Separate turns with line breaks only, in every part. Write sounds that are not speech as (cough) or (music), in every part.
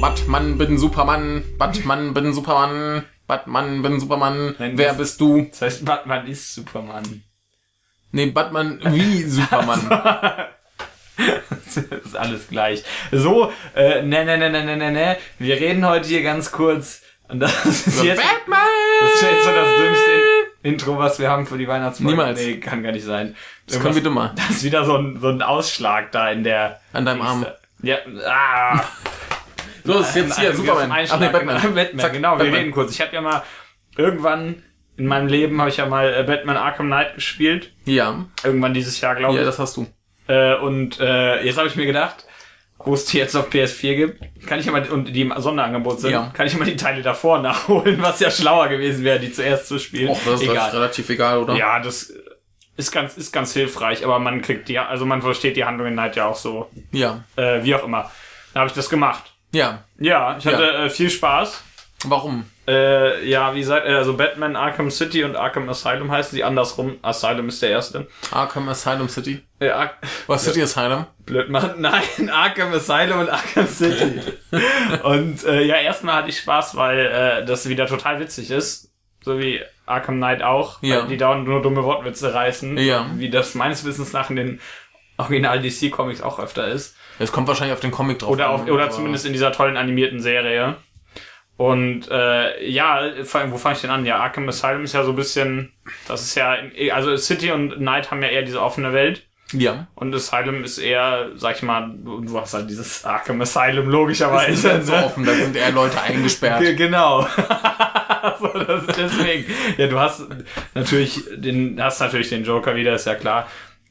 Batman bin Superman, Batman bin Superman, Batman bin Superman,
Nein,
wer
das-
bist du?
Das heißt, Batman ist Superman. (laughs)
Nee, Batman wie Superman.
Das ist alles gleich. So, äh, ne, ne, ne, ne, ne, ne, ne. Wir reden heute hier ganz kurz. Und das ist jetzt, das ist jetzt so das dümmste In- Intro, was wir haben für die Weihnachtsfolge.
Niemals.
Nee, kann gar nicht sein.
Das können wir dümmer.
Da ist wieder so ein, so ein Ausschlag da in der...
An deinem Arm.
Ja, ah.
So, es ist jetzt hier
Ein-
Superman.
ein
Ach nee,
Schlag.
Batman.
(laughs) Batman,
Zack,
genau, wir
Batman.
reden kurz. Ich habe ja mal irgendwann in meinem Leben habe ich ja mal äh, Batman Arkham Knight gespielt.
Ja,
Irgendwann dieses Jahr, glaube
ja,
ich.
das hast du.
Äh, und äh, jetzt habe ich mir gedacht, wo es die jetzt auf PS4 gibt, kann ich ja mal, und die im Sonderangebot sind,
Ja.
kann ich ja mal die Teile davor nachholen, (laughs) was ja schlauer gewesen wäre, die zuerst zu spielen.
Och, das ist halt
Egal.
relativ egal, oder?
Ja, das ist ganz, ist ganz hilfreich, aber man kriegt die, also man versteht die Handlungen halt ja auch so,
Ja.
äh, wie auch immer. Da habe ich das gemacht.
Ja.
Ja, ich hatte
Ja.
Äh, viel Spaß.
Warum?
Äh, ja, wie gesagt, äh, also Batman Arkham City und Arkham Asylum heißen sie andersrum. Asylum ist der erste.
Arkham Asylum City.
Äh, Ar
Was City Asylum?
Blöd machen. (laughs) Nein, Arkham Asylum und Arkham City. und äh, ja, erstmal hatte ich Spaß, weil äh, das wieder total witzig ist. So wie Arkham Knight auch.
Ja.
Weil Die dauernd nur dumme Wortwitze reißen.
Ja.
Wie das meines Wissens nach in den Original DC Comics auch öfter ist.
Es kommt wahrscheinlich auf den Comic drauf
Oder,
an,
auf, oder
aber-
zumindest in dieser tollen animierten Serie. Und äh, ja, vor allem, wo fange ich denn an? Ja, Arkham Asylum ist ja so ein bisschen, das ist ja, also City und Night haben ja eher diese offene Welt (laughs)
Ja.
und Asylum ist eher, sag ich mal, du du hast halt dieses Arkham Asylum logischerweise.
Ist ja so
ne?
offen, da sind eher Leute
Ge-
eingesperrt.
Genau. (laughs) so, das ist deswegen. Ja, du hast natürlich den, hast natürlich den Joker wieder, ist ja klar.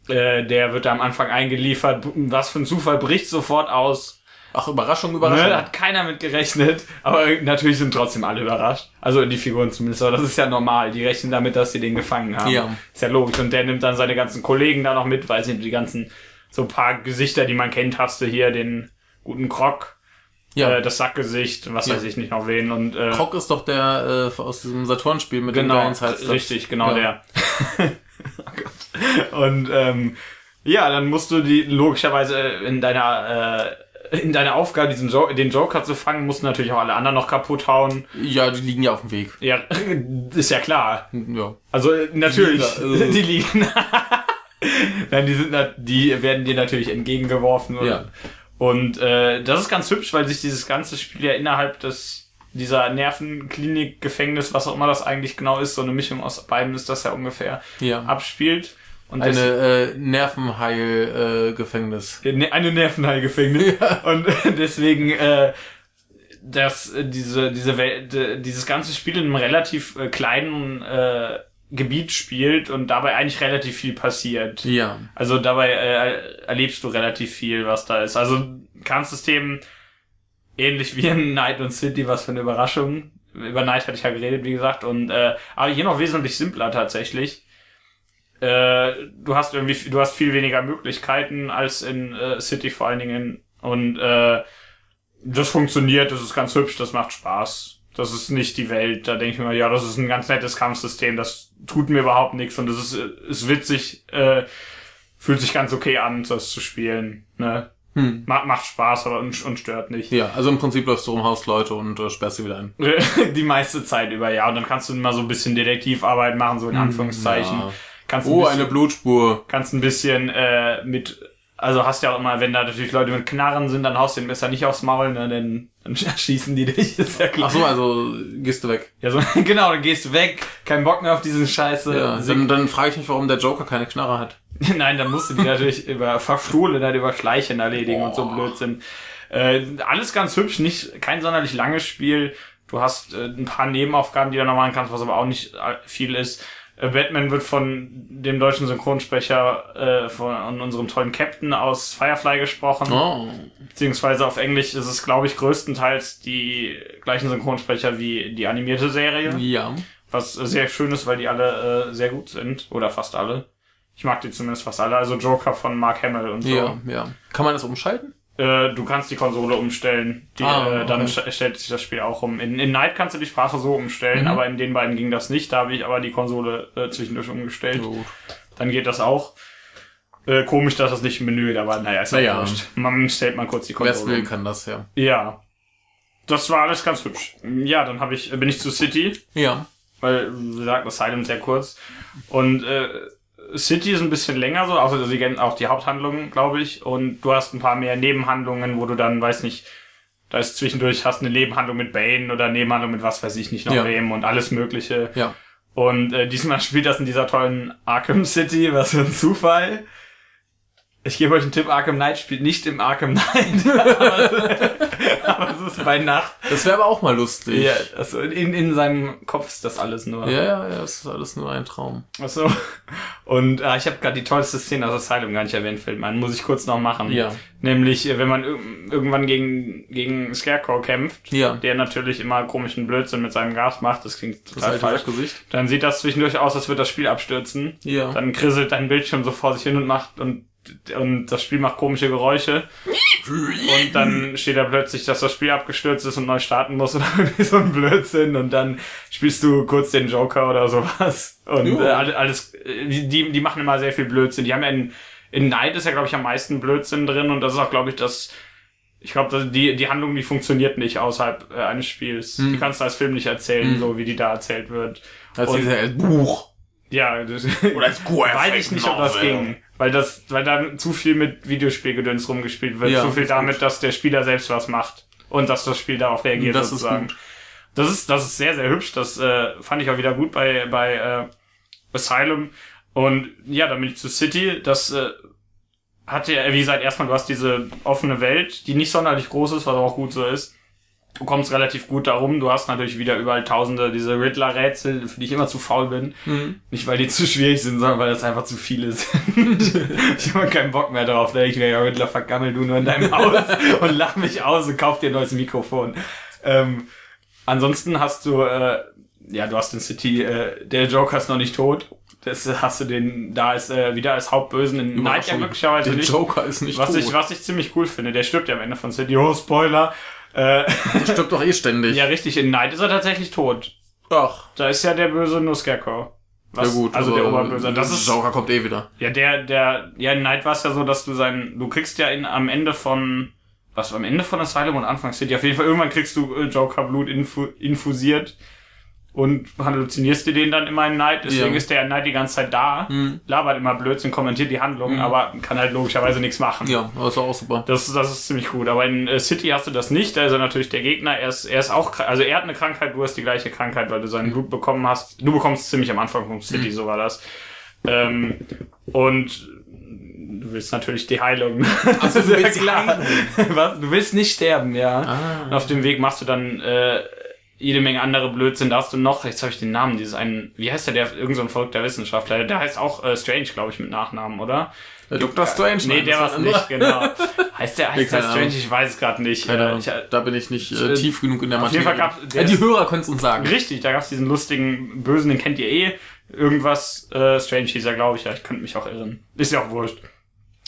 Äh, der wird da am Anfang eingeliefert. Was für ein Zufall bricht sofort aus.
Ach, Überraschung,
Ne,
Überraschung.
hat keiner mit gerechnet, aber natürlich sind trotzdem alle überrascht. Also die Figuren zumindest, aber das ist ja normal. Die rechnen damit, dass sie den gefangen haben.
Ja.
Ist ja logisch. Und der nimmt dann seine ganzen Kollegen da noch mit, weiß nicht, die ganzen so ein paar Gesichter, die man kennt, hast du hier den guten Krog, äh,
Ja.
das Sackgesicht, was
Ja.
weiß ich nicht noch wen und äh,
Krock ist doch der äh, aus diesem Saturn-Spiel mit dem
genau,
geilen Sidestep.
richtig, genau
Ja.
der. oh Gott. Und ähm, ja, dann musst du die logischerweise äh, in deiner äh, in deiner Aufgabe, diesen jo den Joker zu fangen, musst du natürlich auch alle anderen noch kaputt hauen.
Ja, die liegen ja auf dem Weg.
Ja, (laughs) ist ja klar.
Ja.
Also äh, natürlich,
(laughs) Die liegen da, also-
die liegen. (laughs) Nein, die sind nat- die werden dir natürlich entgegengeworfen. Und,
Ja.
und äh, das ist ganz hübsch, weil sich dieses ganze Spiel ja innerhalb des dieser Nervenklinik, Gefängnis, was auch immer das eigentlich genau ist, so eine Mischung aus beidem ist das ja ungefähr,
Ja.
abspielt. Und das-
Eine äh, Nervenheil-Gefängnis.
Ne- eine Nervenheilgefängnis. Und (laughs) deswegen, äh, dass äh, diese, diese Welt, äh, dieses ganze Spiel in einem relativ äh, kleinen äh, Gebiet spielt und dabei eigentlich relativ viel passiert.
ja.
Also dabei äh, erlebst du relativ viel, was da ist. Also Kampfsystem ähnlich wie in Night und City, was für eine Überraschung. Über Night hatte ich ja geredet, wie gesagt, und äh, aber hier noch wesentlich simpler tatsächlich. Äh, du hast irgendwie, du hast viel weniger Möglichkeiten als in äh, City vor allen Dingen und äh, das funktioniert, das ist ganz hübsch, das macht Spaß. Das ist nicht die Welt. Da denke ich mir, ja, das ist ein ganz nettes Kampfsystem, das tut mir überhaupt nichts und das ist, äh, ist witzig, äh, fühlt sich ganz okay an, das zu spielen. Ne?
Hm.
Macht, macht Spaß aber und, und stört nicht.
Ja, also im Prinzip läufst du rum, haust Leute und äh, sperrst sie wieder ein.
(laughs) Die meiste Zeit über, ja. Und dann kannst du immer so ein bisschen Detektivarbeit machen, so in Anführungszeichen.
Hm, ja.
Kannst ein
Oh,
bisschen,
eine Blutspur.
kannst ein bisschen äh, mit, also hast ja auch immer, wenn da natürlich Leute mit Knarren sind, dann haust du den besser nicht aufs Maul, ne, denn dann (laughs) schießen die dich, ist ja klar.
Ach so, also gehst du weg.
Ja, so, (laughs) genau, dann gehst du weg, kein Bock mehr auf diesen Scheiße.
Ja,
Sieg-
dann, dann frage ich mich, warum der Joker keine Knarre hat.
(laughs) Nein, dann musst du die natürlich über Verstohlen, dann über Schleichen erledigen und so Blödsinn. Äh, alles ganz hübsch, nicht kein sonderlich langes Spiel. Du hast äh, ein paar Nebenaufgaben, die du noch machen kannst, was aber auch nicht äh, viel ist. Äh, Batman wird von dem deutschen Synchronsprecher äh, von und unserem tollen Captain aus Firefly gesprochen.
Oh.
Beziehungsweise auf Englisch ist es, glaube ich, größtenteils die gleichen Synchronsprecher wie die animierte Serie.
Ja.
Was äh, sehr schön ist, weil die alle äh, sehr gut sind. Oder fast alle. Ich mag die zumindest fast alle. Also Joker von Mark Hamill und so.
Ja, ja. Kann man das umschalten?
Äh, du kannst die Konsole umstellen. Die,
Ah,
äh, dann
okay.
st- stellt sich das Spiel auch um. In, in Night kannst du die Sprache so umstellen,
Mhm.
aber in den beiden ging das nicht. Da habe ich aber die Konsole äh, zwischendurch umgestellt.
Gut.
Dann geht das auch. Äh, komisch, dass das nicht im Menü ist, aber naja, ist ja
Naja.
wurscht. Man stellt mal kurz die
Wer es
Konsole
will,
um.
kann das, ja.
Ja. das war alles ganz hübsch. Ja, dann habe ich, bin ich zu City,
Ja.
weil, wie gesagt, Asylum sehr kurz. Und äh, City ist ein bisschen länger so, außer sie kennen auch die Haupthandlung, glaube ich. Und du hast ein paar mehr Nebenhandlungen, wo du dann, weiß nicht, da ist zwischendurch hast eine Nebenhandlung mit Bane oder Nebenhandlung mit was weiß ich nicht noch
Ja.
wem und alles Mögliche.
Ja.
Und äh, diesmal (laughs) spielt das in dieser tollen Arkham City, was für ein Zufall. Ich gebe euch einen Tipp, Arkham Knight spielt nicht im Arkham Knight. (laughs) aber, aber es ist (laughs) bei Nacht.
Das wäre aber auch mal lustig.
Ja, also in, in seinem Kopf ist das alles nur.
Ja, ja, ja, es ist alles nur ein Traum.
Ach so. Und äh, ich habe gerade die tollste Szene aus Asylum gar nicht erwähnt, fällt mir ein. Muss ich kurz noch machen.
Ja.
Nämlich, äh, wenn man irg- irgendwann gegen, gegen Scarecrow kämpft,
Ja.
der natürlich immer komischen Blödsinn mit seinem Gas macht, das klingt
Das halt
total
alte
falsch,
Sackgesicht.
dann sieht das zwischendurch aus, als würde das Spiel abstürzen.
Ja.
Dann krisselt dein Bildschirm so vor sich hin und macht und und das Spiel macht komische Geräusche und dann steht da plötzlich, dass das Spiel abgestürzt ist und neu starten muss oder (laughs) irgendwie so ein Blödsinn und dann spielst du kurz den Joker oder sowas und
Jo.
äh, alle- alles, äh, die, die- die machen immer sehr viel Blödsinn. Die haben ja in, in Night ist ja glaube ich am meisten Blödsinn drin und das ist auch glaube ich das, ich glaube die die Handlung die funktioniert nicht außerhalb äh, eines Spiels. Die kannst du als Film nicht erzählen, so wie die da erzählt wird.
Hm. Als
Und-
halt dieses Buch.
Ja, das,
Oder
(laughs)
als Graphic
weiß ich nicht, ob das
Novel.
ging. Weil das, weil dann zu viel mit Videospielgedöns rumgespielt wird,
Ja,
zu viel
das ist
damit, dass der Spieler selbst was macht und dass das Spiel darauf reagiert
Das ist
sozusagen.
gut.
Das ist, das ist sehr, sehr hübsch. Das äh, fand ich auch wieder gut bei, bei äh, Asylum. Und ja, dann bin ich zu City. Das äh, hatte ja, wie gesagt, erstmal, du hast diese offene Welt, die nicht sonderlich groß ist, was auch gut so ist. Du kommst relativ gut darum. Du hast natürlich wieder überall tausende diese Riddler-Rätsel, für die ich immer zu faul bin.
Mhm.
Nicht, weil die zu schwierig sind, sondern weil das einfach zu viele sind. (laughs) ich habe keinen Bock mehr drauf. Da denk ich mir, ja, Riddler, vergammel du nur in deinem Haus
(laughs)
und lach mich aus und kauf dir ein neues Mikrofon. Ähm, ansonsten hast du, äh, ja, du hast den City, äh, der Joker ist noch nicht tot. Das hast du den, da ist äh, wieder als Hauptbösen in Night ja
Überraschung.
glücklicherweise
Der
nicht.
Joker ist nicht
Was
tot.
ich, was ich ziemlich cool finde, der stirbt ja am Ende von City. Oh, Spoiler. Äh,
Der stirbt doch eh ständig.
ja, richtig, in Night ist er tatsächlich tot.
Ach,
Da ist ja der böse nur Scarecrow.
ja
Was,
gut.
also der
aber
Oberböse. Das ist
Joker kommt eh wieder.
ja, der, der, ja, in Night war es ja so, dass du sein, du kriegst ja in, am Ende von, was, am Ende von Asylum und Anfang City, auf jeden Fall, irgendwann kriegst du äh, Joker-Blut infu, infusiert und halluzinierst dir den dann immer in Night, deswegen
Ja. Hm.
ist der in Night die ganze Zeit da, labert immer Blödsinn, kommentiert die Handlung, aber kann halt logischerweise nichts machen.
Ja, aber ist doch auch super.
Das, das ist ziemlich gut. Aber in äh, City hast du das nicht. Da ist er natürlich der Gegner. Er ist, er ist auch, kra- also er hat eine Krankheit, du hast die gleiche Krankheit, weil du sein Blut bekommen hast. Du bekommst ziemlich am Anfang von
Mhm.
City, so war das. Ähm, und du willst natürlich die Heilung. Also (laughs)
du willst die Heilung.
Was? Du willst nicht sterben, ja.
Ah.
Und auf dem Weg machst du dann äh, jede Menge andere Blödsinn. Da hast du noch, jetzt habe ich den Namen, dieses einen, wie heißt der, der irgend so ein verrückter Wissenschaftler, der heißt auch äh, Strange, glaube ich, mit Nachnamen, oder?
Der Dr. Strange.
Nee,
nein,
der
das
war's
ist ein
nicht,
anderer. (laughs)
genau. Heißt der, heißt der
keine Ahnung.
Strange? Ich weiß es gerade nicht.
Keine
Äh,
Ahnung,
Ich, äh,
da bin ich nicht
äh,
äh, tief genug in der
auf jeden
Materie.
Fall gab's- der
ja, die
ist-
Hörer können es uns sagen.
richtig, da gab's diesen lustigen Bösen, den kennt ihr eh. Irgendwas äh, Strange hieß er, glaube ich. Ja, ich könnte mich auch irren. Ist ja auch wurscht.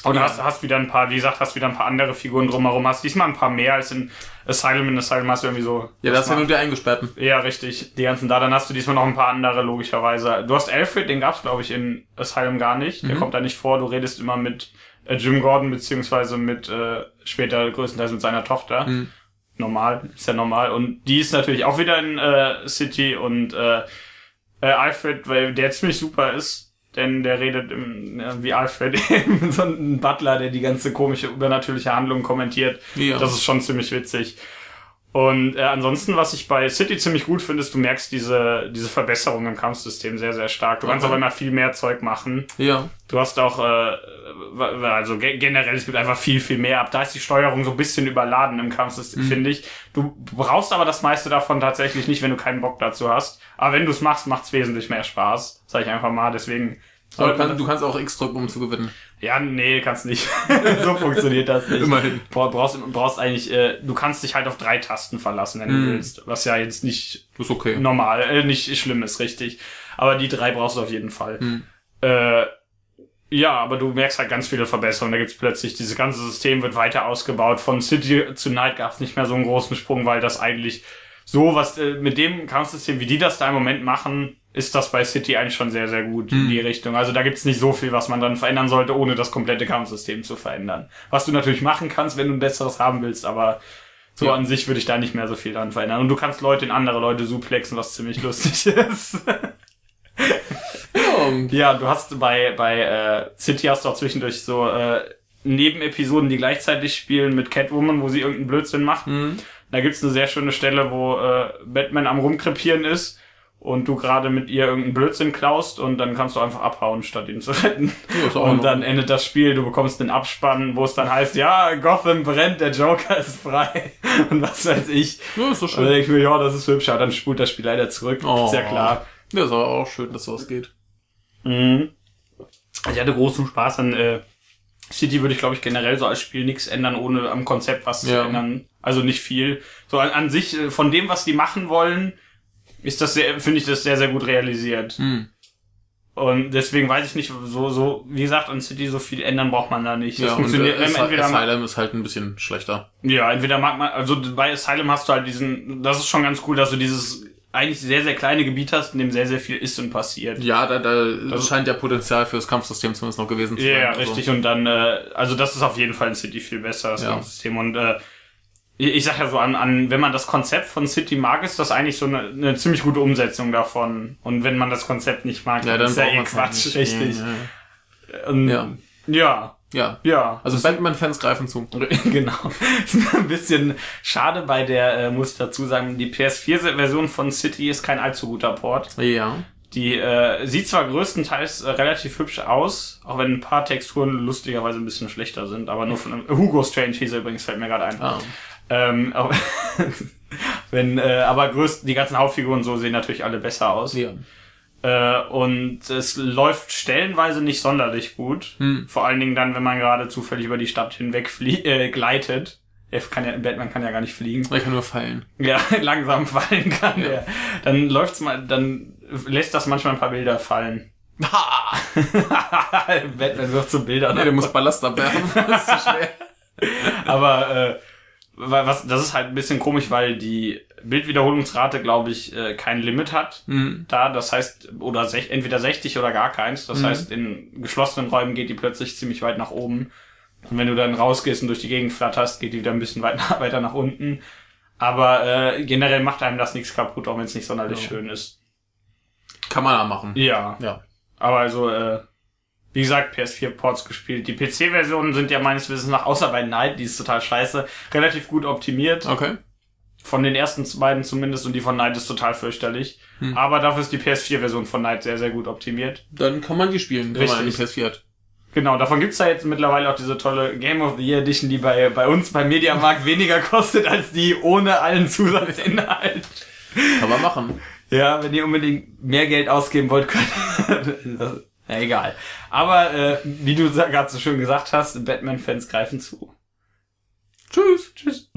Und
Ja.
hast, hast wieder ein paar, wie gesagt, hast wieder ein paar andere Figuren drumherum. Hast diesmal ein paar mehr als in Asylum. In Asylum hast du irgendwie so...
Ja, das ist ja
mal-
nur der Eingesperrten.
ja, richtig. Die ganzen da. Dann hast du diesmal noch ein paar andere, logischerweise. Du hast Alfred, den gab's, glaube ich, in Asylum gar nicht.
Mhm.
Der kommt da nicht vor. Du redest immer mit äh, Jim Gordon, beziehungsweise mit, äh, später größtenteils mit seiner Tochter.
Mhm.
Normal, ist ja normal. Und die ist natürlich auch wieder in äh, City und äh, äh, Alfred, weil der ziemlich super ist, denn der redet im, äh, wie Alfred (laughs) eben, so ein Butler, der die ganze komische, übernatürliche Handlung kommentiert.
Ja.
Das ist schon ziemlich witzig. Und äh, ansonsten, was ich bei City ziemlich gut finde, ist, du merkst diese, diese Verbesserung im Kampfsystem sehr, sehr stark. Du kannst
Mhm.
auf einmal viel mehr Zeug machen.
Ja.
Du hast auch, äh, w- also ge- generell, es gibt einfach viel, viel mehr ab. Da ist die Steuerung so ein bisschen überladen im Kampfsystem,
Mhm.
finde ich. Du brauchst aber das meiste davon tatsächlich nicht, wenn du keinen Bock dazu hast. Aber wenn du es machst, macht es wesentlich mehr Spaß. Sag ich einfach mal, deswegen.
Aber
sollten-
du kannst, du kannst auch X drücken, um zu gewinnen.
ja, nee, kannst nicht. (laughs) so funktioniert das nicht.
Immerhin.
Bra- Brauchst, brauchst eigentlich, äh, du kannst dich halt auf drei Tasten verlassen, wenn du willst. Was ja jetzt nicht
Ist okay.
normal, äh, nicht schlimm ist, richtig. Aber die drei brauchst du auf jeden Fall. Äh, ja, aber du merkst halt ganz viele Verbesserungen. Da gibt's plötzlich, dieses ganze System wird weiter ausgebaut. Von City zu Night gab's nicht mehr so einen großen Sprung, weil das eigentlich so was äh, mit dem Kampfsystem, wie die das da im Moment machen, ist das bei City eigentlich schon sehr, sehr gut in die Richtung. Also da gibt's nicht so viel, was man dann verändern sollte, ohne das komplette Kampfsystem zu verändern. Was du natürlich machen kannst, wenn du ein besseres haben willst, aber So
Ja.
an sich würde ich da nicht mehr so viel dran verändern. Und du kannst Leute in andere Leute suplexen, was ziemlich (laughs) lustig ist.
Ja,
Ja, du hast bei, bei äh, City hast du auch zwischendurch so äh, Nebenepisoden, die gleichzeitig spielen mit Catwoman, wo sie irgendeinen Blödsinn macht. Da gibt's eine sehr schöne Stelle, wo äh, Batman am rumkrepieren ist und du gerade mit ihr irgendeinen Blödsinn klaust und dann kannst du einfach abhauen, statt ihn zu retten.
ist auch
Und
noch-
dann endet das Spiel, du bekommst den Abspann, wo es dann heißt, ja, Gotham brennt, der Joker ist frei (laughs) und was weiß ich.
ja, ist doch schön.
Und dann denke Äh, ich mir, ja, das ist hübsch, aber dann spult das Spiel leider zurück,
Oh.
ist ja klar.
Ja, ist aber auch schön, dass sowas geht.
Mhm. Ich hatte großen Spaß an äh, City, würde ich glaube ich generell so als Spiel nichts ändern, ohne am Konzept was zu
Ja.
ändern. Also nicht viel. So an, an sich, äh, von dem, was die machen wollen, ist das sehr, finde ich das sehr, sehr gut realisiert.
Hm.
Und deswegen weiß ich nicht, so, so, wie gesagt, an City so viel ändern braucht man da nicht. Das
Ja, und
funktioniert ähm,
äh, Asy-
entweder
Asylum ist halt ein bisschen schlechter.
ja, entweder mag man, also bei Asylum hast du halt diesen, das ist schon ganz cool, dass du dieses eigentlich sehr, sehr kleine Gebiet hast, in dem sehr, sehr viel ist und passiert.
Ja, da, da das scheint ja Potenzial für das Kampfsystem zumindest noch gewesen zu
Ja,
sein.
ja,
Also,
richtig. Und dann, äh, also das ist auf jeden Fall in City viel besser, das
Ja.
ganze System. Und äh, ich ich sag ja so an, an, wenn man das Konzept von City mag, ist das eigentlich so eine, eine ziemlich gute Umsetzung davon. Und wenn man das Konzept nicht mag,
Ja,
dann
dann
ist ja
braucht
eh
man
Quatsch,
nicht.
richtig.
Ja, ja.
Und,
Ja.
ja,
ja.
ja.
Also Batman-Fans greifen zu.
(laughs) Genau. (laughs) Ist ein bisschen schade bei der, äh, muss ich dazu sagen, die PS4-Version von City ist kein allzu guter Port.
Ja.
Die äh, sieht zwar größtenteils äh, relativ hübsch aus, auch wenn ein paar Texturen lustigerweise ein bisschen schlechter sind, aber nur von einem, äh, Hugo Strange hieß er übrigens, fällt mir gerade ein.
Ah.
Ähm, auch, (laughs) wenn, äh, aber größt, die ganzen Hauptfiguren so sehen natürlich alle besser aus.
Ja.
Äh, und es läuft stellenweise nicht sonderlich gut.
Hm.
Vor allen Dingen dann, wenn man gerade zufällig über die Stadt hinweg flie äh, gleitet. Er kann ja, Batman kann ja gar nicht fliegen
Ich kann nur fallen.
ja, (laughs) langsam fallen kann, ja. dann läuft's mal, dann lässt das manchmal ein paar Bilder fallen. Ha! (laughs) Batman wirft so Bilder. ne?
Nee, der muss Ballast abwerfen. (laughs) Das ist so schwer.
Aber äh, wa- was, das ist halt ein bisschen komisch, weil die Bildwiederholungsrate, glaube ich, äh, kein Limit hat.
Hm.
Da, das heißt, oder sech, entweder 60 oder gar keins. Das
Mhm.
heißt, in geschlossenen Räumen geht die plötzlich ziemlich weit nach oben. Und wenn du dann rausgehst und durch die Gegend flatterst, geht die wieder ein bisschen weit, (laughs) weiter nach unten. Aber äh, generell macht einem das nichts kaputt, auch wenn es nicht sonderlich
Ja.
schön ist.
Kann man da machen.
Ja,
Ja.
aber also, äh, wie gesagt, PS4-Ports gespielt. Die PC-Versionen sind ja meines Wissens nach, außer bei Night, die ist total scheiße, relativ gut optimiert.
Okay.
Von den ersten beiden zumindest und die von Night ist total fürchterlich.
Hm.
Aber dafür ist die PS4-Version von Night sehr, sehr gut optimiert.
Dann kann man die spielen, wenn man eine
Richtig.
PS4 hat.
Genau, davon gibt's da jetzt mittlerweile auch diese tolle Game of the Year Edition, die bei, bei uns beim Mediamarkt (laughs) weniger kostet als die ohne allen Zusatzinhalt.
Kann man machen.
Ja, wenn ihr unbedingt mehr Geld ausgeben wollt, könnt das, na egal. Aber äh, wie du sa- gerade so schön gesagt hast, Batman-Fans greifen zu.
Tschüss. Tschüss.